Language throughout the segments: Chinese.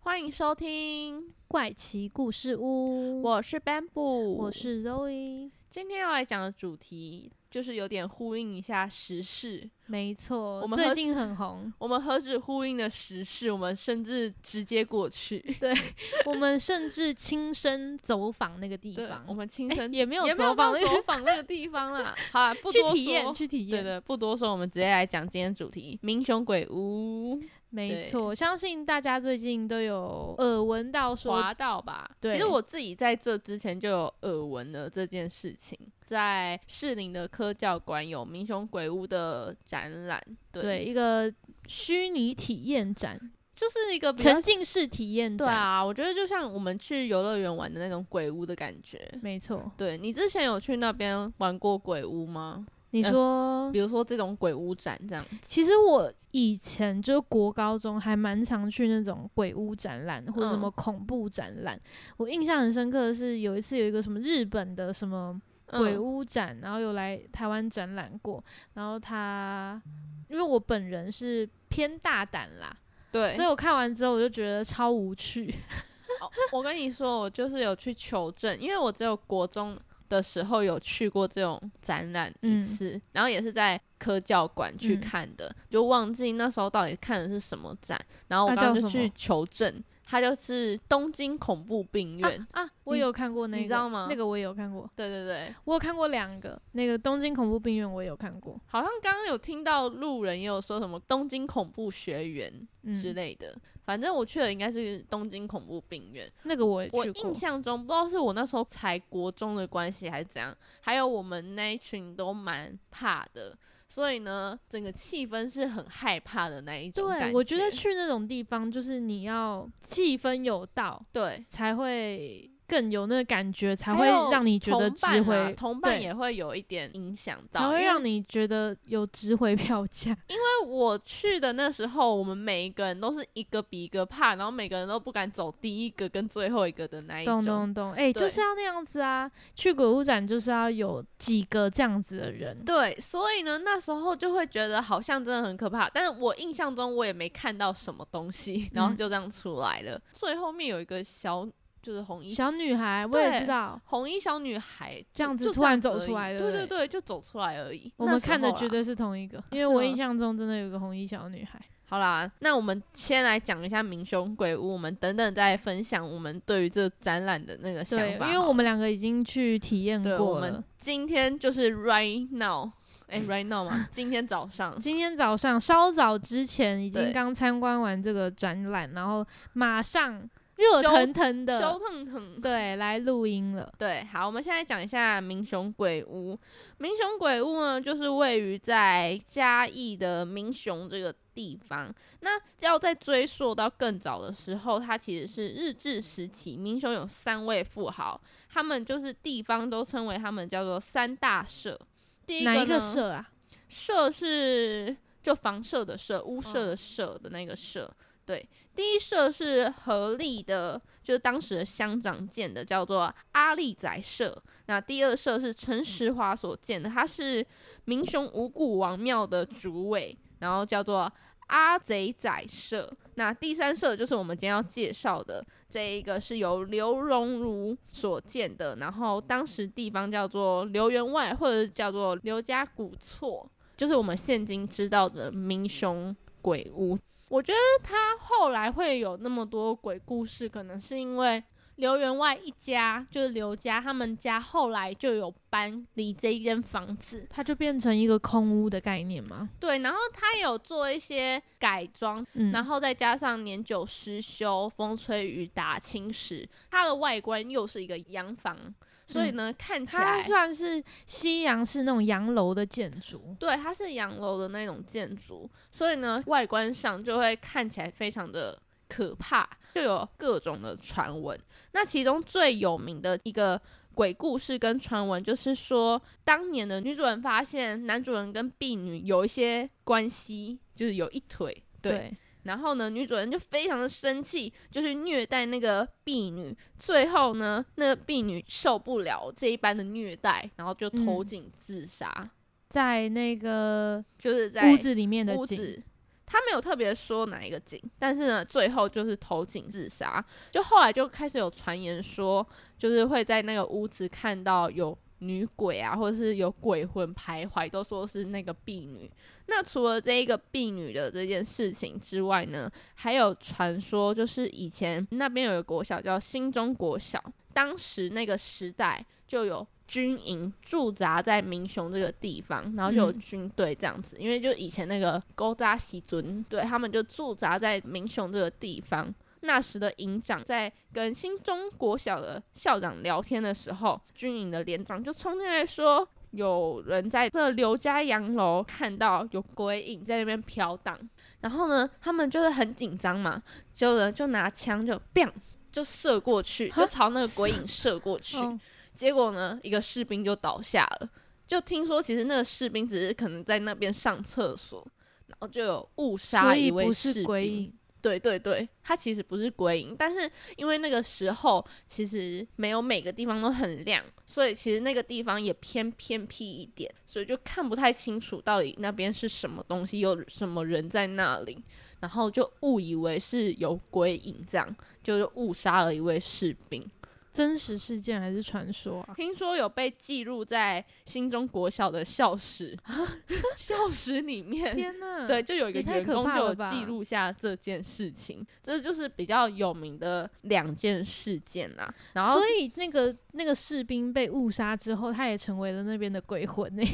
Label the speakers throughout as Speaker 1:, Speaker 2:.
Speaker 1: 欢迎收听，
Speaker 2: 怪奇故事屋。
Speaker 1: 我是 Bamboo，我
Speaker 2: 我是 Zoe，
Speaker 1: 今天要来讲的主题就是有点呼应一下时事。
Speaker 2: 没错，
Speaker 1: 我们
Speaker 2: 最
Speaker 1: 和，
Speaker 2: 近很红
Speaker 1: 我们何止呼应了时事，我们甚至直接过去。
Speaker 2: 对 我们甚至亲身走访那个地
Speaker 1: 对
Speaker 2: 方，，
Speaker 1: 我们亲
Speaker 2: 诶
Speaker 1: 身、
Speaker 2: 也没有
Speaker 1: 也没有
Speaker 2: 走访
Speaker 1: 到
Speaker 2: 那个
Speaker 1: 走访那个地方 啦。好啦，不
Speaker 2: 去
Speaker 1: 多
Speaker 2: 体
Speaker 1: 说
Speaker 2: 验，去体
Speaker 1: 对
Speaker 2: 验，
Speaker 1: 对，不多说，我们直接来讲今天主题——民雄鬼屋、
Speaker 2: 没
Speaker 1: 对
Speaker 2: 错。相信大家最近都有耳闻到说
Speaker 1: 滑道吧。
Speaker 2: 对
Speaker 1: 其实我自己在这之前就有耳闻了这件事情，在士林的科教馆有民雄鬼屋的展览，对，
Speaker 2: 对一个虚拟体验展、
Speaker 1: 就是一个比较
Speaker 2: 沉浸式体验
Speaker 1: 对
Speaker 2: 展，
Speaker 1: 啊，我觉得就像我们去游乐园玩的那种鬼屋的感觉。
Speaker 2: 没错。
Speaker 1: 对你之前有去那边玩过鬼屋吗？
Speaker 2: 你
Speaker 1: 呃
Speaker 2: 说
Speaker 1: 比如说这种鬼屋展这样，
Speaker 2: 其实我以前就国高中还蛮常去那种鬼屋展览或者什
Speaker 1: 嗯
Speaker 2: 么恐怖展览。我印象很深刻的是有一次有一个什么日本的什么鬼
Speaker 1: 嗯
Speaker 2: 屋展，然后有来台湾展览过。然后他因为我本人是偏大胆啦，
Speaker 1: 对，
Speaker 2: 所以我看完之后我就觉得超无趣。
Speaker 1: 哦，我跟你说，我就是有去求证，因为我只有国中的时候有去过这种展览一
Speaker 2: 嗯
Speaker 1: 次，然后也是在科教馆去
Speaker 2: 嗯
Speaker 1: 看的，就忘记那时候到底看的是什么展，然后我
Speaker 2: 那
Speaker 1: 刚刚
Speaker 2: 叫
Speaker 1: 就
Speaker 2: 什么
Speaker 1: 去求证，它就是东京恐怖病院。
Speaker 2: 啊啊，我
Speaker 1: 你
Speaker 2: 有看过那个，
Speaker 1: 你知道吗
Speaker 2: 那个我也有看过，
Speaker 1: 对对对，
Speaker 2: 我有看过两个，那个东京恐怖病院我也有看过，
Speaker 1: 好像刚刚有听到路人也有说什么东京恐怖学园
Speaker 2: 嗯，
Speaker 1: 之类的，反正我去的应该是东京恐怖病院。
Speaker 2: 那个我也去过。
Speaker 1: 我印象中，不知道是我那时候才国中的关系还是怎样，还有我们那一群都蛮怕的，所以呢，整个气氛是很害怕的那一种感
Speaker 2: 对，我觉得去那种地方，就是你要气氛有到，
Speaker 1: 对，
Speaker 2: 才会更有那个感觉，才
Speaker 1: 还
Speaker 2: 会
Speaker 1: 有
Speaker 2: 让你觉得
Speaker 1: 同伴
Speaker 2: 值
Speaker 1: 啊
Speaker 2: 回，
Speaker 1: 同伴
Speaker 2: 对
Speaker 1: 也会有一点影响到，
Speaker 2: 才会
Speaker 1: 因为
Speaker 2: 让你觉得有值回票价。
Speaker 1: 因为我去的那时候，我们每一个人都是一个比一个怕，然后每个人都不敢走第一个跟最后一个的那一种。
Speaker 2: 懂懂懂，哎、
Speaker 1: 对
Speaker 2: 就是要那样子啊！去鬼屋展就是要有几个这样子的人，
Speaker 1: 对，所以呢，那时候就会觉得好像真的很可怕，但是我印象中我也没看到什么东西， 然后
Speaker 2: 嗯
Speaker 1: 就这样出来了。最后面有一个小，就是红衣
Speaker 2: 小女孩我也
Speaker 1: 对
Speaker 2: 知道，
Speaker 1: 红衣小女孩，
Speaker 2: 这样子
Speaker 1: 就就
Speaker 2: 突然
Speaker 1: 这样
Speaker 2: 走
Speaker 1: 子
Speaker 2: 出来
Speaker 1: 而已
Speaker 2: 的
Speaker 1: 对
Speaker 2: 对
Speaker 1: 对
Speaker 2: 不
Speaker 1: 对，就走出来而已。
Speaker 2: 我
Speaker 1: 那
Speaker 2: 们
Speaker 1: 时
Speaker 2: 看的
Speaker 1: 候啊
Speaker 2: 绝
Speaker 1: 啦
Speaker 2: 对是同一个，因为
Speaker 1: 是
Speaker 2: 我
Speaker 1: 吗
Speaker 2: 印象中真的有个红衣小女孩。
Speaker 1: 好啦。那我们先来讲一下《明凶鬼屋》，我们等等再分享我们对于这展览的那个想
Speaker 2: 对，
Speaker 1: 法好了。
Speaker 2: 因为我们两个已经去体验
Speaker 1: 对我
Speaker 2: 过了
Speaker 1: 们。今天就是 right now，哎、r i g h t now 嘛， 今天早上
Speaker 2: 今天早上稍早之前已
Speaker 1: 对
Speaker 2: 经刚参观完这个展览，然后马上热
Speaker 1: 修
Speaker 2: 腾腾
Speaker 1: 烧
Speaker 2: 的
Speaker 1: 腾腾。
Speaker 2: 对来录音了。
Speaker 1: 对，好，我们现在讲一下民雄鬼屋。民雄鬼屋呢，就是位于在嘉义的民雄这个地方。那要再追溯到更早的时候，它其实是日治时期，民雄有三位富豪，他们就是地方都称为他们叫做三大社。第一
Speaker 2: 哪
Speaker 1: 个
Speaker 2: 一个
Speaker 1: 呢？
Speaker 2: 社啊？
Speaker 1: 社是就房舍的舍，屋舍的舍的那个舍。对，第一社是合力的，就是当时的乡长建的，叫做阿力仔社。那第二社是陈石华所建的，他是民雄五谷王庙的主委，然后叫做阿贼仔社。那第三社就是我们今天要介绍的，这一个是由刘荣儒所建的，然后当时地方叫做刘员外，或者是叫做刘家古厝，就是我们现今知道的民雄鬼屋。我觉得他后来会有那么多鬼故事，可能是因为刘员外一家，就是刘家，他们家后来就有搬离这一间房子，
Speaker 2: 它就变成一个空屋的概念吗？
Speaker 1: 对，然后他有做一些改装，
Speaker 2: 嗯，
Speaker 1: 然后再加上年久失修、风吹雨打侵蚀，它的外观又是一个洋房，所以呢，看起
Speaker 2: 它
Speaker 1: 来
Speaker 2: 算是西洋式那种洋楼的建筑。
Speaker 1: 对它是洋楼的那种建筑，所以呢，外观上就会看起来非常的可怕，就有各种的传闻。那其中最有名的一个鬼故事跟传闻，就是说当年的女主人发现男主人跟婢女有一些关系，就是有一腿。对，
Speaker 2: 对，
Speaker 1: 然后呢，女主人就非常的生气，就是虐待那个婢女。最后呢，那个婢女受不了这一般的虐待，然后就投
Speaker 2: 嗯
Speaker 1: 井自杀，
Speaker 2: 在那个
Speaker 1: 就是在
Speaker 2: 屋子里面的
Speaker 1: 屋
Speaker 2: 景，
Speaker 1: 子。他没有特别说哪一个井，但是呢，最后就是投井自杀。就后来就开始有传言说，就是会在那个屋子看到有女鬼啊，或者是有鬼魂徘徊，都说是那个婢女。那除了这一个婢女的这件事情之外呢，还有传说，就是以前那边有个国小叫新中国小，当时那个时代就有军营驻扎在民雄这个地方，然后就有
Speaker 2: 嗯
Speaker 1: 军队这样子，因为就以前那个勾扎西尊，对他们就驻扎在民雄这个地方。那时的营长在跟新中国小的校长聊天的时候，军营的连长就冲进来说：“有人在这刘家洋楼看到有鬼影在那边飘荡，然后呢，他们就是很紧张嘛，就呢就拿枪就 bang 就射过去，就
Speaker 2: 哈
Speaker 1: 朝那个鬼影射过去。
Speaker 2: 哦
Speaker 1: 结果呢，一个士兵就倒下了。就听说其实那个士兵只是可能在那边上厕所，然后就有误杀
Speaker 2: 所
Speaker 1: 一
Speaker 2: 以
Speaker 1: 位
Speaker 2: 不
Speaker 1: 士
Speaker 2: 是
Speaker 1: 兵。
Speaker 2: 鬼影，
Speaker 1: 对对对，它其实不是鬼影，但是因为那个时候其实没有每个地方都很亮，所以其实那个地方也偏偏僻一点，所以就看不太清楚到底那边是什么东西，有什么人在那里，然后就误以为是有鬼影，这样就是误杀了一位士兵。
Speaker 2: 真实事件还是传说啊？
Speaker 1: 听说有被记录在新中国小的校史 校史里面，
Speaker 2: 天哪，
Speaker 1: 嗯对，，就有一
Speaker 2: 嗯
Speaker 1: 个
Speaker 2: 也太
Speaker 1: 员
Speaker 2: 可
Speaker 1: 工
Speaker 2: 怕
Speaker 1: 就有
Speaker 2: 了吧
Speaker 1: 记录下这件事情，这就是比较有名的两件事件啦。然后
Speaker 2: 所以那个那个士兵被误杀之后，他也成为了那边的鬼魂欸呢、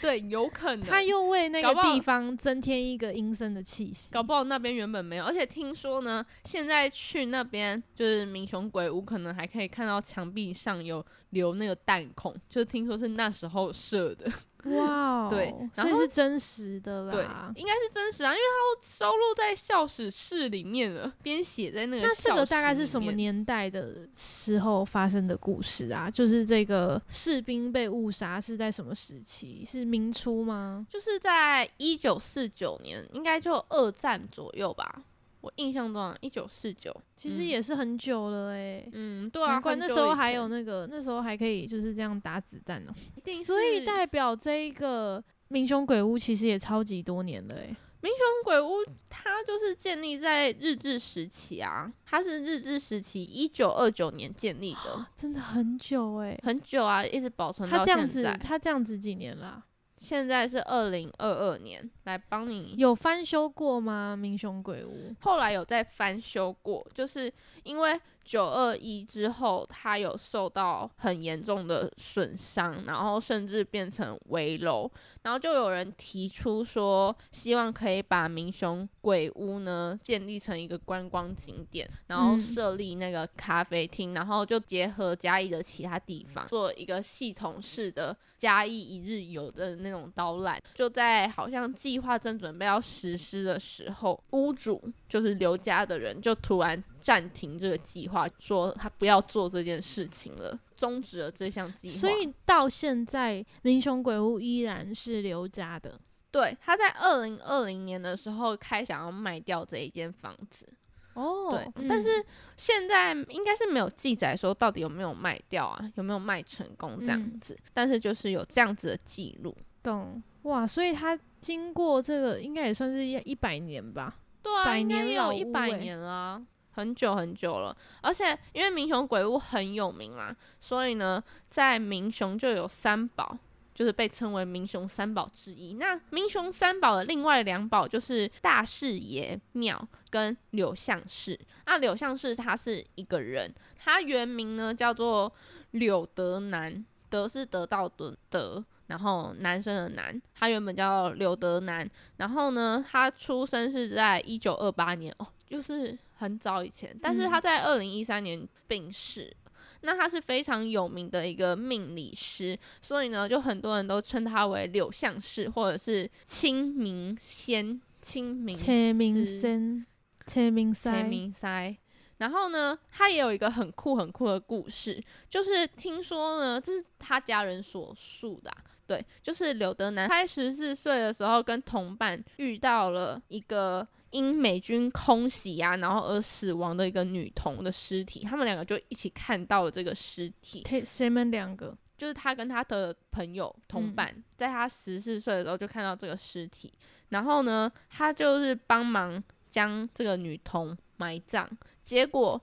Speaker 1: 对，有可能
Speaker 2: 他又为那
Speaker 1: 搞
Speaker 2: 个
Speaker 1: 不好
Speaker 2: 地方增添一个阴森的气息。
Speaker 1: 搞不好那边原本没有，而且听说呢，现在去那边就是民雄鬼屋，可能还可以看到墙壁上有留那个弹孔，就是听说是那时候射的。
Speaker 2: 哇、哦，
Speaker 1: 对然
Speaker 2: 所以
Speaker 1: 后
Speaker 2: 是真实的
Speaker 1: 对
Speaker 2: 啦，。
Speaker 1: 应该是真实啊，因为它都收录在校史室里面了，编写在那个
Speaker 2: 那这个
Speaker 1: 校史
Speaker 2: 大概是
Speaker 1: 里
Speaker 2: 什么
Speaker 1: 面？
Speaker 2: 年代的时候发生的故事啊？就是这个士兵被误杀是在什么时期？是明初吗？
Speaker 1: 就是在一九四九年，应该就二战左右吧。我印象中啊，一九四九，
Speaker 2: 其实
Speaker 1: 嗯
Speaker 2: 也是很久了诶、
Speaker 1: 嗯，对啊，
Speaker 2: 难怪
Speaker 1: 很
Speaker 2: 那
Speaker 1: 久
Speaker 2: 时候
Speaker 1: 以
Speaker 2: 还
Speaker 1: 前
Speaker 2: 有，那个，那时候还可以就是这样打子弹哦、
Speaker 1: 一定
Speaker 2: 所以
Speaker 1: 是
Speaker 2: 代表这一个民雄鬼屋其实也超级多年了、欸，
Speaker 1: 民雄鬼屋它就是建立在日治时期啊，它是日治时期一九二九年建立 的，
Speaker 2: 啊真的很久哎、
Speaker 1: 很久啊，一直保存
Speaker 2: 他
Speaker 1: 到
Speaker 2: 这样
Speaker 1: 现
Speaker 2: 子
Speaker 1: 在，。嗯
Speaker 2: 他这样子几年啦、
Speaker 1: 现在是二零二二年，来帮你
Speaker 2: 有翻修过吗？民雄鬼屋
Speaker 1: 后来有再翻修过，就是因为九二一之后，它有受到很严重的损伤，然后甚至变成危楼，然后就有人提出说，希望可以把民雄鬼屋呢建立成一个观光景点，然后
Speaker 2: 嗯
Speaker 1: 设立那个咖啡厅，然后就结合嘉义的其他地方，做一个系统式的嘉义一日游的那种导览。就在好像计划正准备要实施的时候，屋主就是刘家的人就突然暂停这个计划，说他不要做这件事情了，终止了这项计划。
Speaker 2: 所以到现在民雄鬼屋依然是刘家的。
Speaker 1: 对，他在二零二零年的时候开想要卖掉这一间房子，
Speaker 2: 哦
Speaker 1: 对，但是现在应该是没有记载说到底有没有卖掉啊，有没有卖成功这样
Speaker 2: 嗯
Speaker 1: 子，但是就是有这样子的记录。
Speaker 2: 懂哇，所以他经过这个应该也算是一一百年吧。
Speaker 1: 对啊，
Speaker 2: 百
Speaker 1: 应该
Speaker 2: 年
Speaker 1: 也有
Speaker 2: 老
Speaker 1: 一
Speaker 2: 屋
Speaker 1: 百
Speaker 2: 欸
Speaker 1: 年啦、很久很久了。而且因为民雄鬼屋很有名嘛，所以呢，在民雄就有三宝，就是被称为民雄三宝之一。那民雄三宝的另外两宝就是大士爷庙跟柳巷市。那柳巷市他是一个人，他原名呢叫做柳德南，德是得到的德。然后男生的男，他原本叫柳德南，然后呢，他出生是在一九二八年哦，就是很早以前，但是他在二零一三年病逝。那他是非常有名的一个命理师，所以呢，就很多人都称他为柳巷氏或者是清明仙、清明
Speaker 2: 切明
Speaker 1: 师
Speaker 2: 生，切明
Speaker 1: 催
Speaker 2: 塞，
Speaker 1: 眠塞，然后呢，他也有一个很酷很酷的故事，就是听说呢，这是他家人所述的啊、对，就是柳德南他十四岁的时候跟同伴遇到了一个因美军空袭啊，然后而死亡的一个女童的尸体，他们两个就一起看到了这个尸体，
Speaker 2: 他谁们两个？
Speaker 1: 就是他跟他的朋友同伴，在他十四岁的时候就看到这个尸体，然后呢，他就是帮忙将这个女童埋葬，结果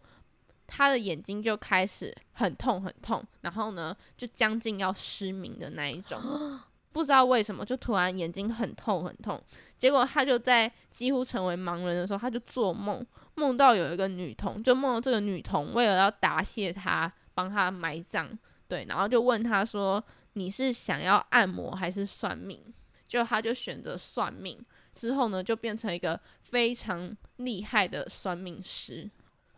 Speaker 1: 他的眼睛就开始很痛很痛，然后呢，就将近要失明的那一种， 不知道为什么就突然眼睛很痛很痛，结果他就在几乎成为盲人的时候，他就做梦，梦到有一个女童，就梦到这个女童为了要答谢他，帮他埋葬，对，然后就问他说：“你是想要按摩还是算命？”就他就选择算命，之后呢就变成一个非常厉害的算命师。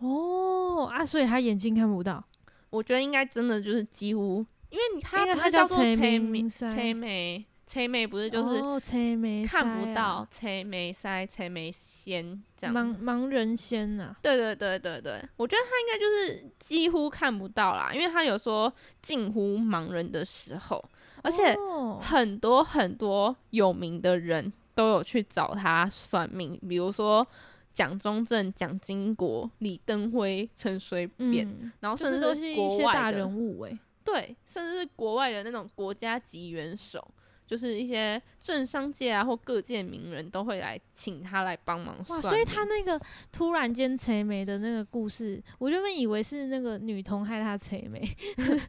Speaker 2: 哦啊，所以他眼睛看不到。
Speaker 1: 我觉得应该真的就是几乎，因为你他
Speaker 2: 因为
Speaker 1: 不
Speaker 2: 他
Speaker 1: 是
Speaker 2: 叫
Speaker 1: 做
Speaker 2: 催
Speaker 1: 催
Speaker 2: 眠
Speaker 1: 眠
Speaker 2: 塞
Speaker 1: 催眉催眉，不是就是
Speaker 2: 哦，猜眉
Speaker 1: 看
Speaker 2: 塞
Speaker 1: 不
Speaker 2: 啊
Speaker 1: 到催眉腮催眉仙这样
Speaker 2: 盲盲人啊先呐、
Speaker 1: 对对对对对，我觉得他应该就是几乎看不到啦，因为他有说近乎盲人的时候，而且
Speaker 2: 哦
Speaker 1: 很多很多有名的人都有去找他算命，比如说蒋中正、蒋经国、李登辉、陈水扁，
Speaker 2: 嗯，
Speaker 1: 然后
Speaker 2: 就
Speaker 1: 甚至
Speaker 2: 都是一
Speaker 1: 国
Speaker 2: 些
Speaker 1: 外
Speaker 2: 大
Speaker 1: 的
Speaker 2: 人物哎、
Speaker 1: 对，甚至是国外的那种国家级元首，就是一些政商界啊或各界名人都会来请他来帮忙算
Speaker 2: 哇！
Speaker 1: 命。
Speaker 2: 所以他那个突然间垂眉的那个故事，我原本以为是那个女童害他垂眉，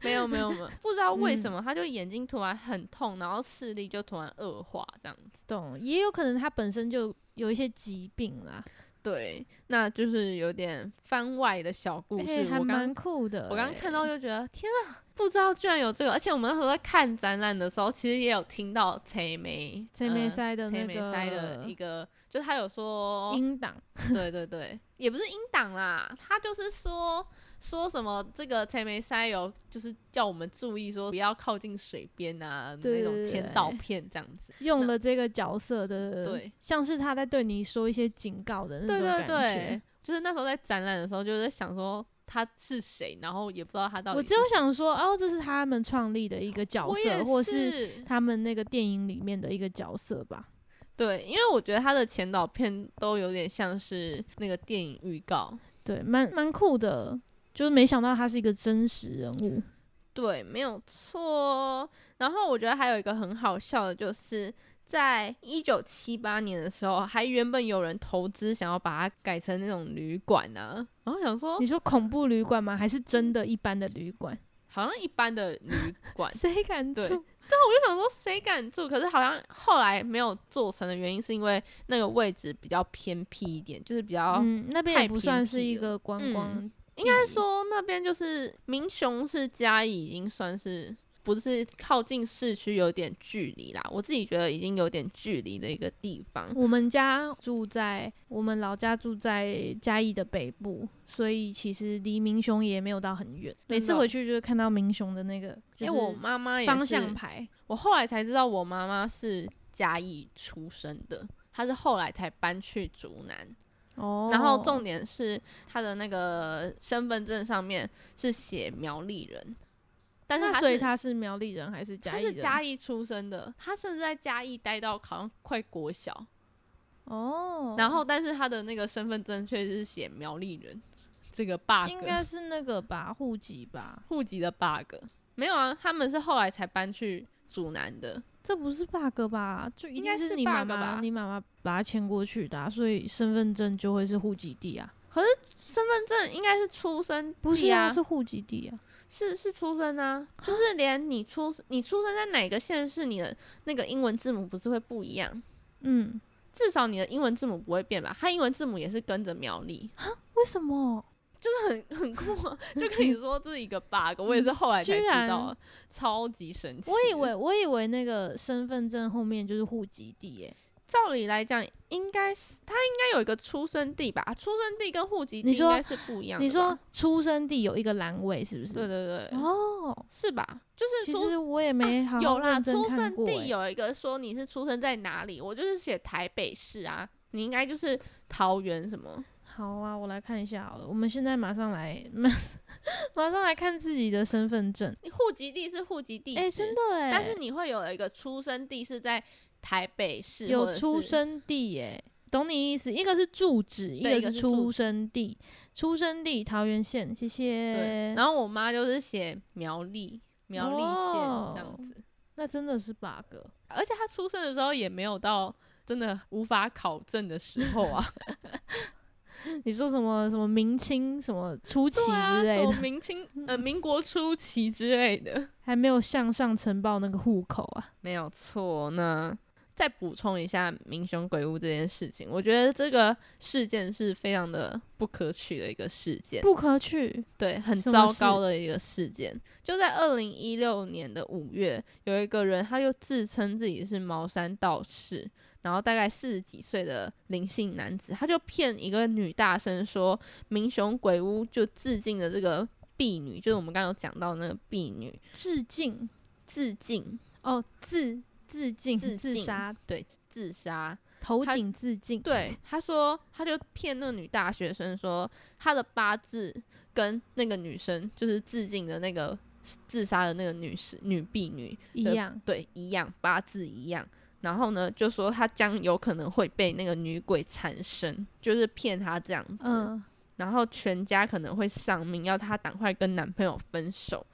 Speaker 1: 没有没有 没有，不知道为什
Speaker 2: 嗯
Speaker 1: 么他就眼睛突然很痛，然后视力就突然恶化这样子。
Speaker 2: 懂？也有可能他本身就有一些疾病啦。
Speaker 1: 对，那就是有点番外的小故
Speaker 2: 哎、
Speaker 1: 事。
Speaker 2: 还
Speaker 1: 我刚
Speaker 2: 蛮酷的、
Speaker 1: 我刚看，到就觉得天啊，不知道居然有这个，而且我们那时候在看展览的时候，其实也有听到崔梅
Speaker 2: 垂眉塞的
Speaker 1: 崔
Speaker 2: 那
Speaker 1: 梅塞的一
Speaker 2: 个
Speaker 1: 个，就他有说
Speaker 2: 音档，
Speaker 1: 对对对，也不是音档啦，他就是说说什么这个柴梅塞有就是叫我们注意说不要靠近水边啊，
Speaker 2: 对
Speaker 1: 那种
Speaker 2: 对对
Speaker 1: 签到片这样子。
Speaker 2: 用了这个角色的，
Speaker 1: 对，
Speaker 2: 像是他在对你说一些警告的那
Speaker 1: 对
Speaker 2: 种感觉。
Speaker 1: 对对，就是那时候在展览的时候，就是在想说他是谁，然后也不知道他到底
Speaker 2: 我
Speaker 1: 是
Speaker 2: 只有想说，哦，这是他们创立的一个角
Speaker 1: 我也
Speaker 2: 色，或是
Speaker 1: 是
Speaker 2: 他们那个电影里面的一个角色吧。
Speaker 1: 对，因为我觉得他的前导片都有点像是那个电影预告。
Speaker 2: 对，蛮蛮酷的，就是没想到他是一个真实人物。
Speaker 1: 对，没有错。然后我觉得还有一个很好笑的，就是在一九七八年的时候，还原本有人投资想要把它改成那种旅馆啊，然后想说
Speaker 2: 你说恐怖旅馆吗？还是真的一般的旅馆？
Speaker 1: 好像一般的旅馆，
Speaker 2: 谁敢
Speaker 1: 哎对
Speaker 2: 住？
Speaker 1: 我就想说谁敢住？可是好像后来没有做成的原因，是因为那个位置比较偏僻一点，就是比较、
Speaker 2: 嗯，那边
Speaker 1: 太
Speaker 2: 也不
Speaker 1: 偏
Speaker 2: 算
Speaker 1: 僻
Speaker 2: 是一
Speaker 1: 了
Speaker 2: 个观
Speaker 1: 嗯
Speaker 2: 光、
Speaker 1: 应该说那边就是民雄是嘉义，已经算是不是靠近市区有点距离啦。我自己觉得已经有点距离的一个地方。
Speaker 2: 我们家住在我们老家住在嘉义的北部，所以其实离明雄也没有到很远。每次
Speaker 1: 真的哦
Speaker 2: 回去就是看到明雄的那个，
Speaker 1: 因
Speaker 2: 就
Speaker 1: 为我
Speaker 2: 是
Speaker 1: 妈妈也
Speaker 2: 方
Speaker 1: 是
Speaker 2: 向牌。
Speaker 1: 我后来才知道我妈妈是嘉义出生的，她是后来才搬去竹南。
Speaker 2: 哦，
Speaker 1: 然后重点是她的那个身份证上面是写苗栗人，但是
Speaker 2: 那
Speaker 1: 她
Speaker 2: 所以
Speaker 1: 是
Speaker 2: 他是苗栗人还是嘉
Speaker 1: 她
Speaker 2: 义人？
Speaker 1: 是嘉义出生的，她甚至在嘉义待到好像快国小。
Speaker 2: 哦，
Speaker 1: 然后，但是他的那个身份证却是写苗栗人，这个 bug，
Speaker 2: 应该是那个吧，户籍吧？
Speaker 1: 户籍的 bug。没有啊，他们是后来才搬去竹南的。
Speaker 2: 这不是 bug 吧？就一
Speaker 1: 应该
Speaker 2: 定
Speaker 1: 是
Speaker 2: 你妈
Speaker 1: bug 吧
Speaker 2: 妈，你妈妈把它迁过去的啊、所以身份证就会是户籍地啊？
Speaker 1: 身份证应该是出生地啊，
Speaker 2: 不是啊，是户籍地啊。
Speaker 1: 是是出生啊，就是连你出你出生在哪个县市，你的那个英文字母不是会不一样？
Speaker 2: 嗯，
Speaker 1: 至少你的英文字母不会变吧？它英文字母也是跟着苗栗，
Speaker 2: 为什么？
Speaker 1: 就是很很酷、啊。就跟你说这是一个 bug，我也是后来才
Speaker 2: 居
Speaker 1: 知
Speaker 2: 然
Speaker 1: 道啊，超级神奇的。
Speaker 2: 我以为我以为那个身份证后面就是户籍地耶、
Speaker 1: 照理来讲，应该是他应该有一个出生地吧？出生地跟户籍地
Speaker 2: 你
Speaker 1: 应
Speaker 2: 说
Speaker 1: 该是不一样的吧。
Speaker 2: 你说出生地有一个栏位是不是？
Speaker 1: 对对对，
Speaker 2: 哦，
Speaker 1: 是吧？就是
Speaker 2: 其
Speaker 1: 出
Speaker 2: 实我也没好
Speaker 1: 有
Speaker 2: 好
Speaker 1: 啦，
Speaker 2: 认真
Speaker 1: 出
Speaker 2: 看
Speaker 1: 生
Speaker 2: 过欸耶、
Speaker 1: 地有一个说你是出生在哪里，我就是写台北市啊，你应该就是桃园什么？
Speaker 2: 好啊，我来看一下好了。我们现在马上 来，马马上来看自己的身份证。
Speaker 1: 你户籍地是户籍地址，
Speaker 2: 哎、真的哎、
Speaker 1: 但是你会有一个出生地是在台北市，或
Speaker 2: 有
Speaker 1: 者是
Speaker 2: 出生地哎、懂你意思。一个是住址，一
Speaker 1: 对
Speaker 2: 个
Speaker 1: 一个是住
Speaker 2: 出生地。出生地桃园县，谢谢。
Speaker 1: 对。然后我妈就是写苗栗，苗栗县
Speaker 2: 哦
Speaker 1: 这样子，
Speaker 2: 那真的是 bug。
Speaker 1: 而且她出生的时候也没有到真的无法考证的时候 啊，
Speaker 2: 你说什么什么明清什么初期
Speaker 1: 对啊，
Speaker 2: 之类
Speaker 1: 什
Speaker 2: 的，
Speaker 1: 么明清呃民国初期之类的，
Speaker 2: 还没有向上呈报那个户口啊。
Speaker 1: 没有错呢。再补充一下民雄鬼屋这件事情，我觉得这个事件是非常的不可取的一个事件，
Speaker 2: 不可取。
Speaker 1: 对，很
Speaker 2: 什
Speaker 1: 糟
Speaker 2: 么
Speaker 1: 糕
Speaker 2: 事
Speaker 1: 的一个事件。就在二零一六年的五月，有一个人他又自称自己是茅山道士，然后大概四十几岁的灵性男子，他就骗一个女大生说，民雄鬼屋就致敬的这个婢女，就是我们刚刚有讲到的那个婢女
Speaker 2: 致敬
Speaker 1: 致敬，
Speaker 2: 哦，自自尽
Speaker 1: 嗯自
Speaker 2: 自
Speaker 1: 尽
Speaker 2: 杀，
Speaker 1: 对，自杀。
Speaker 2: 投
Speaker 1: 他
Speaker 2: 井自尽。
Speaker 1: 对，他说他就骗那个女大学生说他的八字跟那个女生就是致敬的那个自杀的那个女士女婢女
Speaker 2: 一
Speaker 1: 的
Speaker 2: 样，
Speaker 1: 对一样八字一样，然后呢就说他将有可能会被那个女鬼缠身，就是骗他这样子，
Speaker 2: 嗯，
Speaker 1: 然后全家可能会丧命，要她赶快跟男朋友分手。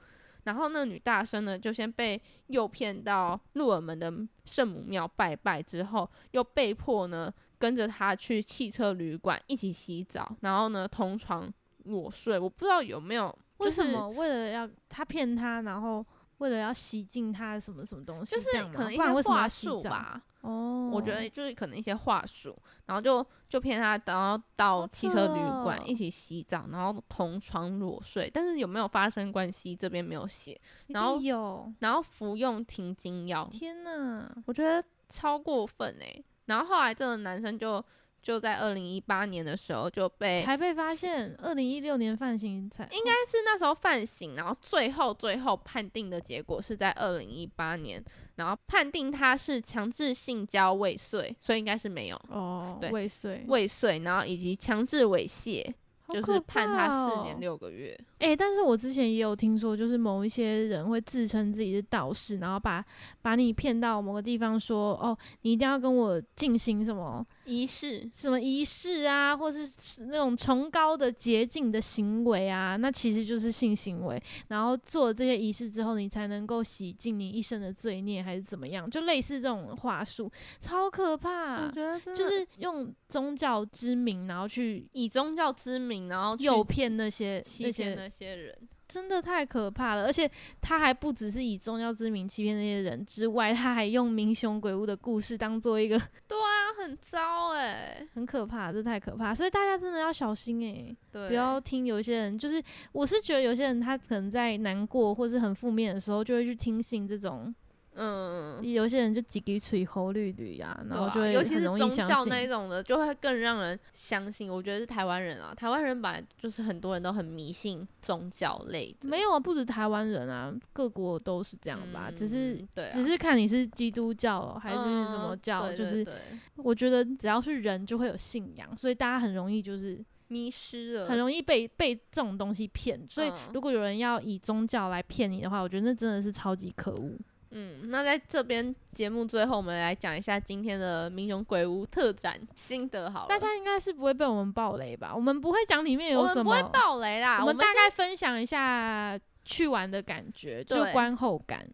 Speaker 1: 然后那女大生呢，就先被诱骗到鹿耳门的圣母庙拜拜，之后又被迫呢跟着他去汽车旅馆一起洗澡，然后呢同床裸睡。我不知道有没有，
Speaker 2: 为
Speaker 1: 就是
Speaker 2: 什么为了要他骗他，然后为了要洗净他什么什么东西
Speaker 1: 就
Speaker 2: 这
Speaker 1: 是
Speaker 2: 样吗，
Speaker 1: 可能一
Speaker 2: 不然为
Speaker 1: 些
Speaker 2: 什么
Speaker 1: 话
Speaker 2: 要洗
Speaker 1: 术
Speaker 2: 澡？
Speaker 1: 吧，
Speaker 2: 哦，
Speaker 1: 我觉得就是可能一些话术，然后就就骗他，然后到汽车旅馆
Speaker 2: 哦
Speaker 1: 一起洗澡，然后同床裸睡。但是有没有发生关系，这边没有写。
Speaker 2: 一
Speaker 1: 然后
Speaker 2: 定有，
Speaker 1: 然后服用停经药，
Speaker 2: 天哪，
Speaker 1: 我觉得超过分哎、然后后来这个男生就就在二零一八年的时候就被，应
Speaker 2: 才被发现，二零一六年犯刑才应
Speaker 1: 哎该是那时候犯刑，然后最后最后判定的结果是在二零一八年，然后判定他是强制性交未遂，所以应该是没有
Speaker 2: 哦
Speaker 1: 对
Speaker 2: 未遂，
Speaker 1: 未遂，然后以及强制猥亵，
Speaker 2: 好
Speaker 1: 就
Speaker 2: 可
Speaker 1: 是判他四
Speaker 2: 怕
Speaker 1: 年
Speaker 2: 哦
Speaker 1: 六个月。
Speaker 2: 哎、但是我之前也有听说，就是某一些人会自称自己是道士，然后把把你骗到某个地方说，哦，你一定要跟我进行什么
Speaker 1: 仪式
Speaker 2: 什么仪式啊，或是那种崇高的洁净的行为啊，那其实就是性行为。然后做了这些仪式之后，你才能够洗净你一生的罪孽，还是怎么样？就类似这种话术，超可怕
Speaker 1: 我。觉得真的
Speaker 2: 就是用宗教之名，然后去
Speaker 1: 以宗教之名，然后去
Speaker 2: 诱骗那些
Speaker 1: 欺
Speaker 2: 那些
Speaker 1: 骗那些人。
Speaker 2: 真的太可怕了，而且他还不只是以宗教之名欺骗那些人之外，他还用民雄鬼屋的故事当做一个
Speaker 1: 对啊，很糟哎、
Speaker 2: 很可怕，这太可怕，所以大家真的要小心诶、
Speaker 1: 对，
Speaker 2: 不要听有些人，就是我是觉得有些人他可能在难过或是很负面的时候，就会去听信这种，
Speaker 1: 嗯，
Speaker 2: 有些人就几滴嘴喉绿绿啊，然后就
Speaker 1: 对
Speaker 2: 会
Speaker 1: 啊尤其
Speaker 2: 很
Speaker 1: 是
Speaker 2: 容
Speaker 1: 宗
Speaker 2: 易相
Speaker 1: 教那一
Speaker 2: 信。
Speaker 1: 种的，就会更让人相信。我觉得是台湾人啊，台湾人本来就是很多人都很迷信宗教类的，
Speaker 2: 没有啊，不止台湾人啊，各国都是这
Speaker 1: 这
Speaker 2: 样吧，只是。
Speaker 1: 对
Speaker 2: 嗯
Speaker 1: 啊、
Speaker 2: 只是看你是基督教还是什么
Speaker 1: 嗯
Speaker 2: 教，
Speaker 1: 对
Speaker 2: 就
Speaker 1: 对
Speaker 2: 是
Speaker 1: 对
Speaker 2: 我觉得只要是人就会有信仰，所以大家很容易就是
Speaker 1: 迷失了，
Speaker 2: 很容易被被这种东西骗。所以
Speaker 1: 嗯
Speaker 2: 如果有人要以宗教来骗你的话，我觉得那真的是超级可恶。
Speaker 1: 嗯，那在这边节目最后，我们来讲一下今天的《民雄鬼屋》特展心得好了。
Speaker 2: 大家应该是不会被我们暴雷吧？我们不会讲里面有
Speaker 1: 我们
Speaker 2: 什
Speaker 1: 不
Speaker 2: 么，
Speaker 1: 会暴雷啦，
Speaker 2: 我
Speaker 1: 我
Speaker 2: 们大
Speaker 1: 是
Speaker 2: 概分享一下去玩的感觉，就
Speaker 1: 对
Speaker 2: 观后感。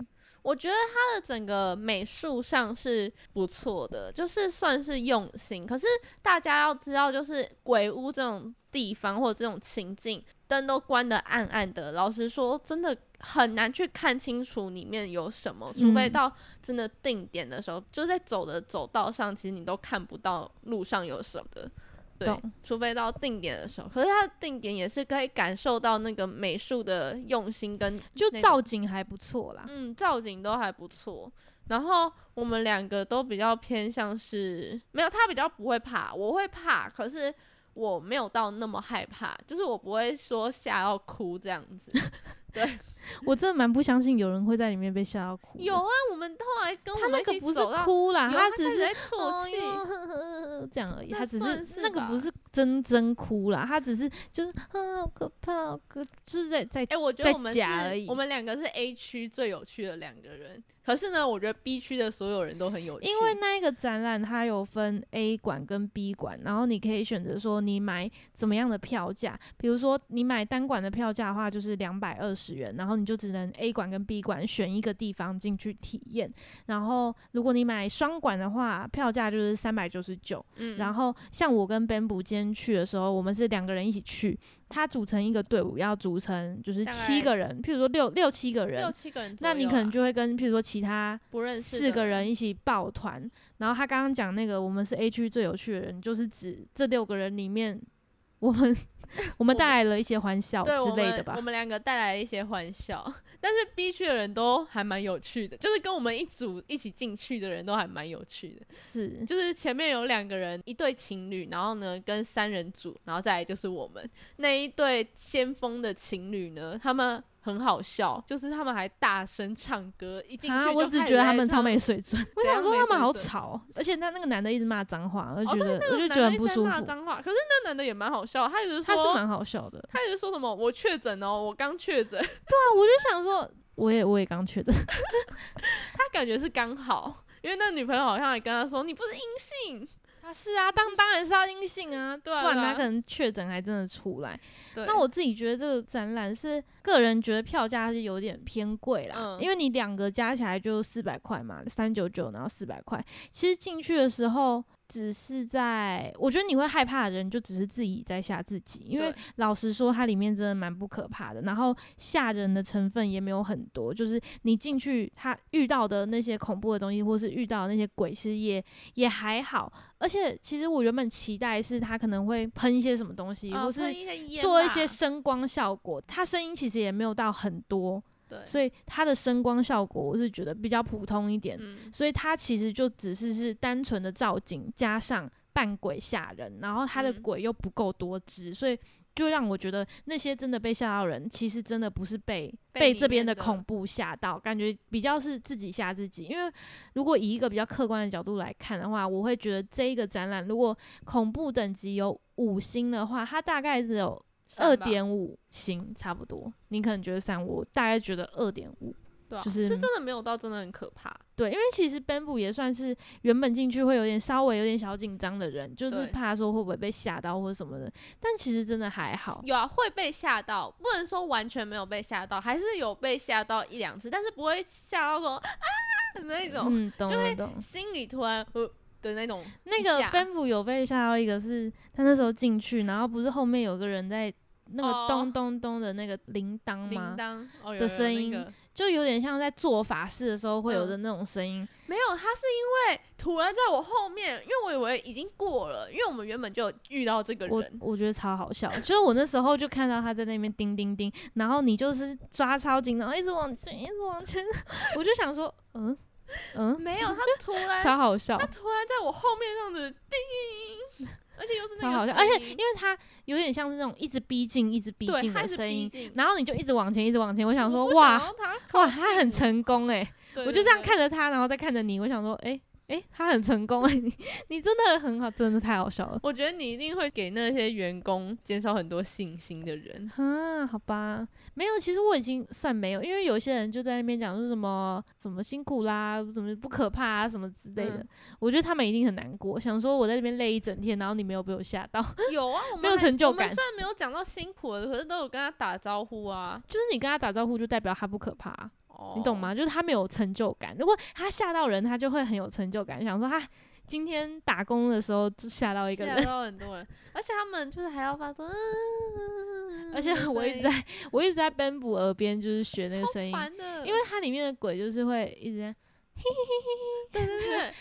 Speaker 1: 我觉得它的整个美术上是不错的，就是算是用心。可是大家要知道，就是鬼屋这种地方或者这种情境，灯都关得暗暗的，老实说，真的很难去看清楚里面有什么，除非
Speaker 2: 嗯
Speaker 1: 到真的定点的时候，就在走的走道上，其实你都看不到路上有什么的。对
Speaker 2: 懂，
Speaker 1: 除非到定点的时候，可是它的定点也是可以感受到那个美术的用心跟
Speaker 2: 就
Speaker 1: 那种
Speaker 2: 造景还不错啦，
Speaker 1: 嗯，造景都还不错。然后我们两个都比较偏向是没有，他比较不会怕，我会怕，可是我没有到那么害怕，就是我不会说吓到哭这样子。对，
Speaker 2: 我真的蛮不相信有人会在里面被吓到哭的。
Speaker 1: 有啊，我们后来跟
Speaker 2: 他
Speaker 1: 我们
Speaker 2: 那
Speaker 1: 一
Speaker 2: 个
Speaker 1: 起
Speaker 2: 不是
Speaker 1: 走到，
Speaker 2: 哭啦，
Speaker 1: 有啊
Speaker 2: 他
Speaker 1: 他
Speaker 2: 只
Speaker 1: 开始
Speaker 2: 是
Speaker 1: 在啜泣，
Speaker 2: 哎呦呵呵呵 这样而已，
Speaker 1: 那
Speaker 2: 他只
Speaker 1: 算
Speaker 2: 是
Speaker 1: 是
Speaker 2: 那个不
Speaker 1: 吧
Speaker 2: 是真真哭啦，他只是就是嗯，好可怕，好可就是在在
Speaker 1: 哎、我觉得
Speaker 2: 在
Speaker 1: 我们是
Speaker 2: 夹而已
Speaker 1: 我们两个是 A 区最有趣的两个人。可是呢，我觉得 B 区的所有人都很有趣，
Speaker 2: 因为那一个展览它有分 A 馆跟 B 馆，然后你可以选择说你买怎么样的票价。比如说你买单馆的票价的话，就是两百二十元，然后你就只能 A 馆跟 B 馆选一个地方进去体验。然后如果你买双馆的话，票价就是三百九十九。
Speaker 1: 嗯
Speaker 2: 然后像我跟 Bamboo 今天去的时候，我们是两个人一起去，他组成一个队伍，要组成就是
Speaker 1: 大
Speaker 2: 七
Speaker 1: 概
Speaker 2: 个人，譬如说六六七个
Speaker 1: 六
Speaker 2: 人。
Speaker 1: 七个人左右啊，
Speaker 2: 那你可能就会跟，譬如说其他
Speaker 1: 不认识
Speaker 2: 四
Speaker 1: 的
Speaker 2: 个人一起抱团。然后他刚刚讲那个，我们是 A 区最有趣的人，就是指这六个人里面，我们我们带来了一些欢笑
Speaker 1: 对
Speaker 2: 之
Speaker 1: 我
Speaker 2: 类
Speaker 1: 们
Speaker 2: 的吧
Speaker 1: 我。们两个带来一些欢笑， 但是 B 区的人都还蛮有趣的，就是跟我们一组一起进去的人都还蛮有趣的。
Speaker 2: 是，
Speaker 1: 就是前面有两个人，一对情侣，然后呢跟三人组，然后再来就是我们那一对先锋的情侣呢，他们很好笑，就是他们还大声唱歌，一进去、
Speaker 2: 啊，我只觉得他们超没。水准。我
Speaker 1: 怎
Speaker 2: 想
Speaker 1: 样
Speaker 2: 说
Speaker 1: 没
Speaker 2: 他们
Speaker 1: 水
Speaker 2: 好
Speaker 1: 准
Speaker 2: 吵哦，而且他那个男的一直骂脏话，我就
Speaker 1: 哦
Speaker 2: 觉
Speaker 1: 对
Speaker 2: 得
Speaker 1: 那
Speaker 2: 我
Speaker 1: 个
Speaker 2: 就觉
Speaker 1: 男的
Speaker 2: 得很
Speaker 1: 一
Speaker 2: 不
Speaker 1: 直在
Speaker 2: 舒
Speaker 1: 骂
Speaker 2: 服。
Speaker 1: 脏话，可是那男的也蛮好笑，他一直
Speaker 2: 他
Speaker 1: 说
Speaker 2: 是蛮好笑的，
Speaker 1: 他一直说什么我确诊哦，我刚确诊，
Speaker 2: 啊，我就想说，我也我也刚 确诊，
Speaker 1: 他感觉是刚好，因为那女朋友好像还跟他说你不是阴性，
Speaker 2: 啊是啊，当当然是要阴性啊，对
Speaker 1: 啊
Speaker 2: 不然
Speaker 1: 对
Speaker 2: 他
Speaker 1: 啊
Speaker 2: 可能确诊还真的出来。
Speaker 1: 对
Speaker 2: 那我自己觉得这个展览是个人觉得票价是有点偏贵啦，
Speaker 1: 嗯
Speaker 2: 因为你两个加起来就四百块嘛，三九九然后四百块，其实进去的时候。只是在，我觉得你会害怕的人，就只是自己在吓自己。因为
Speaker 1: 对
Speaker 2: 老实说，它里面真的蛮不可怕的，然后吓人的成分也没有很多。就是你进去，他遇到的那些恐怖的东西，或是遇到的那些鬼，其实也也还好。而且，其实我原本期待是他可能会喷一些什么东西，
Speaker 1: 哦
Speaker 2: 或是
Speaker 1: 喷一些烟
Speaker 2: 做一
Speaker 1: 吧
Speaker 2: 些声光效果，它声音其实也没有到很多，
Speaker 1: 对，
Speaker 2: 所以它的声光效果我是觉得比较普通一点，
Speaker 1: 嗯
Speaker 2: 所以它其实就只是是单纯的造景加上扮鬼吓人，然后它的
Speaker 1: 嗯
Speaker 2: 鬼又不够多汁，所以。就让我觉得那些真的被吓到的人，其实真的不是被
Speaker 1: 被
Speaker 2: 被
Speaker 1: 里
Speaker 2: 这边
Speaker 1: 面
Speaker 2: 的
Speaker 1: 的
Speaker 2: 恐怖吓到，感觉比较是自己吓自己。因为如果以一个比较客观的角度来看的话，我会觉得这一个展览如果恐怖等级有五星的话，它大概只有二
Speaker 1: 三吧
Speaker 2: 点五星差不多，你可能觉得三，我大概觉得二点五。
Speaker 1: 对啊、
Speaker 2: 就是
Speaker 1: 是真的没有到真的很可怕，
Speaker 2: 对，因为其实 Bamboo 也算是原本进去会有点稍微有点小紧张的人，就是
Speaker 1: 对
Speaker 2: 怕说会不会被吓到或者什么的，但其实真的还好。
Speaker 1: 有啊会被吓到，不能说完全没有被吓到，还是有被吓到一两次，但是不会吓到说啊的那种、
Speaker 2: 嗯，懂
Speaker 1: 就
Speaker 2: 懂
Speaker 1: 会
Speaker 2: 懂。
Speaker 1: 心里突然呃的那种
Speaker 2: 那
Speaker 1: 一
Speaker 2: 个
Speaker 1: 下
Speaker 2: Bamboo 有被吓到一个是，他那时候进去，然后不是后面有个人在那个
Speaker 1: 哦
Speaker 2: 咚咚咚的那个铃铛
Speaker 1: 铃
Speaker 2: 吗？
Speaker 1: 铛哦
Speaker 2: 的
Speaker 1: 有有
Speaker 2: 声
Speaker 1: 那
Speaker 2: 音
Speaker 1: 个
Speaker 2: 就有点像在做法事的时候会有
Speaker 1: 嗯
Speaker 2: 的那种声音。
Speaker 1: 没有，他是因为突然在我后面，因为我以为已经过了，因为我们原本就有遇到这个
Speaker 2: 我
Speaker 1: 人，
Speaker 2: 我觉得超好笑，就是我那时候就看到他在那边叮叮叮，然后你就是抓超紧，然后一直往前，一直往前， 我就想说，嗯嗯，
Speaker 1: 没有，他突然
Speaker 2: 超好笑
Speaker 1: 他，突然在我后面这样子叮，而且又是那
Speaker 2: 超
Speaker 1: 个
Speaker 2: 好
Speaker 1: 声
Speaker 2: 笑，
Speaker 1: 音，
Speaker 2: 而且因为他有点像是那种一直逼近、一直逼
Speaker 1: 对
Speaker 2: 近
Speaker 1: 他
Speaker 2: 的
Speaker 1: 一直
Speaker 2: 声
Speaker 1: 逼
Speaker 2: 音，
Speaker 1: 近，
Speaker 2: 然后你就一直往前，一直往前，我想说，
Speaker 1: 我不
Speaker 2: 哇
Speaker 1: 想要他
Speaker 2: 哇，
Speaker 1: 靠
Speaker 2: 他
Speaker 1: 近
Speaker 2: 很
Speaker 1: 我
Speaker 2: 成功哎、
Speaker 1: 对
Speaker 2: 我
Speaker 1: 对
Speaker 2: 就这样
Speaker 1: 对
Speaker 2: 看着他，然后再看着你，我想说，诶诶，他很成功、欸， 你你真的很好，真的太好笑了。
Speaker 1: 我觉得你一定会给那些员工减少很多信心的人。
Speaker 2: 啊，好吧，没有，其实我已经算没有，因为有些人就在那边讲说什么怎么辛苦啦，怎么不可怕啊，什么之类的。
Speaker 1: 嗯
Speaker 2: 我觉得他们一定很难过，想说我在这边累一整天，然后你没有被我吓到， 就
Speaker 1: 有啊，我们
Speaker 2: 没有
Speaker 1: 还
Speaker 2: 成就
Speaker 1: 我
Speaker 2: 感
Speaker 1: 们虽然没有讲到辛苦了，可是都有跟他打招呼啊。
Speaker 2: 是你跟他打招呼就代表他不可怕啊、
Speaker 1: 哦
Speaker 2: 你懂？吗？就是他没有成就感。如果他吓到人，他就会很有成就感，想说他今天打工的时候就吓到一个
Speaker 1: 吓
Speaker 2: 人。
Speaker 1: 到很多人，而且他们就是还要发出，嗯，
Speaker 2: 而且我一直在，我一直在 b a m b o 耳边就是学那个声音，
Speaker 1: 烦的，
Speaker 2: 因为它里面的鬼就是会一直在
Speaker 1: 对对对，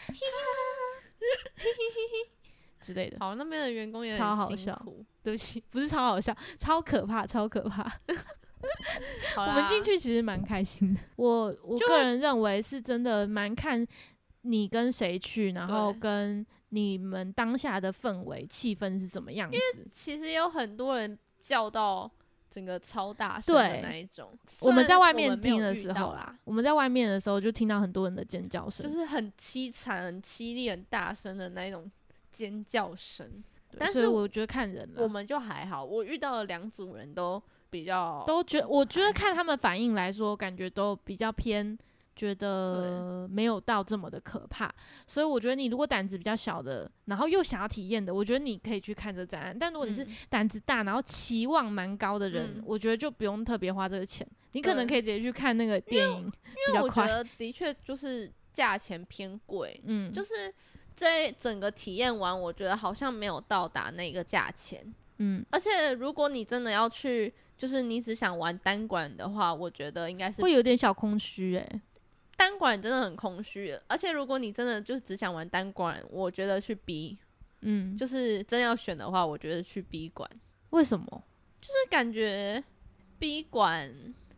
Speaker 2: 之类的。
Speaker 1: 好，那边的员工也很
Speaker 2: 超好
Speaker 1: 辛
Speaker 2: 笑
Speaker 1: 苦。
Speaker 2: 对不起，不是超好笑，超可怕，超可怕。
Speaker 1: 好
Speaker 2: 我
Speaker 1: 啦，
Speaker 2: 们进去其实蛮开心 的，我我
Speaker 1: 就
Speaker 2: 个人认为是真的蛮看你跟谁去，然后
Speaker 1: 对
Speaker 2: 跟你们当下的氛围、气氛是怎么样子。
Speaker 1: 其实有很多人叫到整个超大声的
Speaker 2: 对
Speaker 1: 那一种。虽
Speaker 2: 我们
Speaker 1: 然
Speaker 2: 在外
Speaker 1: 我
Speaker 2: 面
Speaker 1: 们没有
Speaker 2: 听的
Speaker 1: 遇
Speaker 2: 时
Speaker 1: 到
Speaker 2: 候啦，，我们在外面的时候就听到很多人的尖叫声，
Speaker 1: 就是很凄惨、很凄厉、很大声的那一种尖叫声。
Speaker 2: 对
Speaker 1: 但
Speaker 2: 所以
Speaker 1: 是
Speaker 2: 我觉得看人啦
Speaker 1: 我们就还好，我遇到的两组人都比较
Speaker 2: 都觉，我觉
Speaker 1: 哎
Speaker 2: 得看他们反应来说，感觉都比较偏觉得没有到这么的可怕。所以我觉得你如果胆子比较小的，然后又想要体验的，我觉得你可以去看这展览。但如果你是
Speaker 1: 嗯
Speaker 2: 胆子大，然后期望蛮高的人，
Speaker 1: 嗯
Speaker 2: 我觉得就不用特别花这个钱，你可能
Speaker 1: 对
Speaker 2: 可以直接去看那个电影，比
Speaker 1: 因为
Speaker 2: 较
Speaker 1: 我觉
Speaker 2: 快。
Speaker 1: 得的确就是价钱偏贵，
Speaker 2: 嗯，
Speaker 1: 就是这整个体验完，我觉得好像没有到达那个价钱。
Speaker 2: 嗯，
Speaker 1: 而且如果你真的要去，就是你只想玩单管的话，我觉得应该是
Speaker 2: 会有点小空虚哎诶、
Speaker 1: 单管真的很空虚。而且如果你真的就是只想玩单管，我觉得去 B，
Speaker 2: 嗯，就
Speaker 1: 就是真要选的话，我觉得去 B 馆，
Speaker 2: 为什么？
Speaker 1: 就是感觉 B 馆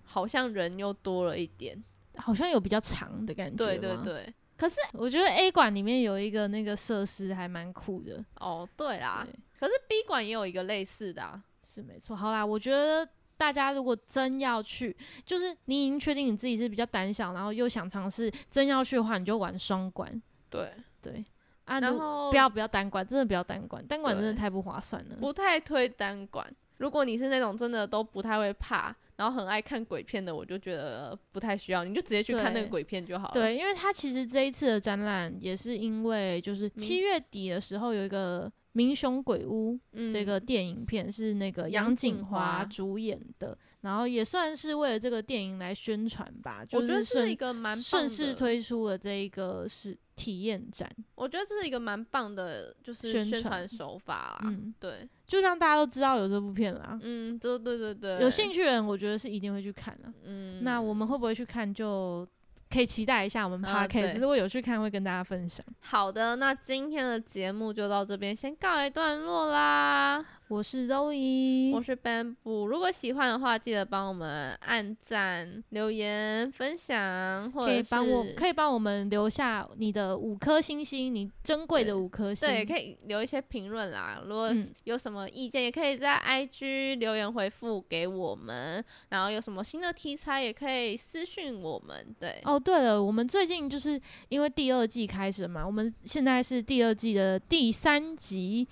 Speaker 1: 好像人又多了一点。
Speaker 2: 好像有比较长的感觉。
Speaker 1: 对对，对，可是
Speaker 2: 我觉得 A 馆里面有一个那个设施还蛮酷的。
Speaker 1: 哦对啦，
Speaker 2: 对
Speaker 1: 可是 B 馆也有一个类似的、啊，
Speaker 2: 是没错。好啦，我觉得大家如果真要去，就是你已经确定你自己是比较胆小，然后又想尝试，真要去的话，你就玩双管。
Speaker 1: 对。
Speaker 2: 对啊，
Speaker 1: 然
Speaker 2: 如
Speaker 1: 后
Speaker 2: 不要不要单管，真的不要单管，单管真的
Speaker 1: 对
Speaker 2: 太不划算了。
Speaker 1: 不太推单管。如果你是那种真的都不太会怕，然后很爱看鬼片的，我就觉得不太需要，你就直接去看那
Speaker 2: 对
Speaker 1: 个鬼片就好了。，
Speaker 2: 对，因为它其实这一次的展览也是因为就是
Speaker 1: 明
Speaker 2: 七月底的时候有一个《民雄鬼屋》
Speaker 1: 嗯
Speaker 2: 这个电影片是那个
Speaker 1: 杨
Speaker 2: 杨
Speaker 1: 景
Speaker 2: 景华
Speaker 1: 华
Speaker 2: 主演的，然后也算是为了这个电影来宣传吧，就
Speaker 1: 我觉得
Speaker 2: 顺
Speaker 1: 是一个蛮棒
Speaker 2: 顺
Speaker 1: 的
Speaker 2: 势，推出了这一个是体验展，
Speaker 1: 我觉得这是一个蛮棒的，就是
Speaker 2: 宣
Speaker 1: 宣
Speaker 2: 传
Speaker 1: 传手法啦。
Speaker 2: 嗯，
Speaker 1: 对，
Speaker 2: 就让大家都知道有这部片啦。
Speaker 1: 啊嗯，对对对对，
Speaker 2: 有兴趣的人，我觉得是一定会去看啦。
Speaker 1: 嗯，
Speaker 2: 那我们会不会去看，就可以期待一下我们
Speaker 1: 啊
Speaker 2: podcast、
Speaker 1: 对
Speaker 2: 如果有去看，会跟大家分享。
Speaker 1: 好的，那今天的节目就到这边先告一段落啦。
Speaker 2: 我是 Zoe，
Speaker 1: 我是 Bamboo，如果喜欢的话，记得帮我们按赞、留言、分享，或
Speaker 2: 可
Speaker 1: 者
Speaker 2: 以
Speaker 1: 是
Speaker 2: 帮我可以帮我们留下你的五颗星星，你珍贵的
Speaker 1: 对
Speaker 2: 五颗星。
Speaker 1: 对，可以留一些评论啦。如果
Speaker 2: 嗯
Speaker 1: 有什么意见，也可以在 IG 留言回复给我们。然后有什么新的题材，也可以私讯我们。对，
Speaker 2: 哦，对了，我们最近就是因为第二季开始嘛，我们现在是第二季的第三集。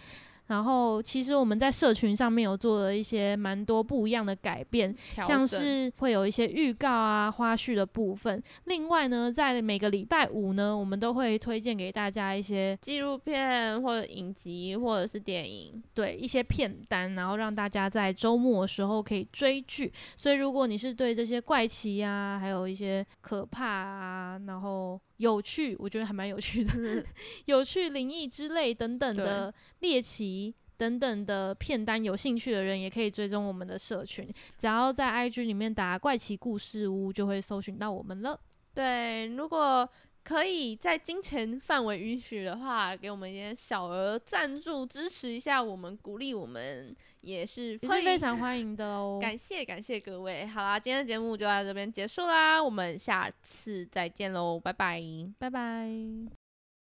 Speaker 2: 然后，其实我们在社群上面有做了一些蛮多不一样的改变，
Speaker 1: 调
Speaker 2: 像
Speaker 1: 整
Speaker 2: 是会有一些预告啊、花絮的部分。另外呢，在每个礼拜五呢，我们都会推荐给大家一些
Speaker 1: 纪录片或者影集或者是电影。
Speaker 2: 对一些片单，然后让大家在周末的时候可以追剧。所以如果你是对这些怪奇呀、还有一些可怕啊，然后有趣，我觉得还蛮有趣的， 有趣、灵异之类等等的猎奇。等等的片单，有兴趣的人也可以追踪我们的社群，只要在 IG 里面打“怪奇故事屋”就会搜寻到我们了。
Speaker 1: 对，如果可以在金钱范围允许的话，给我们一点小额赞助支持一下我们，鼓励我们，也是
Speaker 2: 也
Speaker 1: 欢
Speaker 2: 是非
Speaker 1: 迎
Speaker 2: 常欢迎的哦。
Speaker 1: 感谢感谢各位，好啦，今天的节目就到这边结束啦，我们下次再见喽，拜拜。
Speaker 2: 拜拜。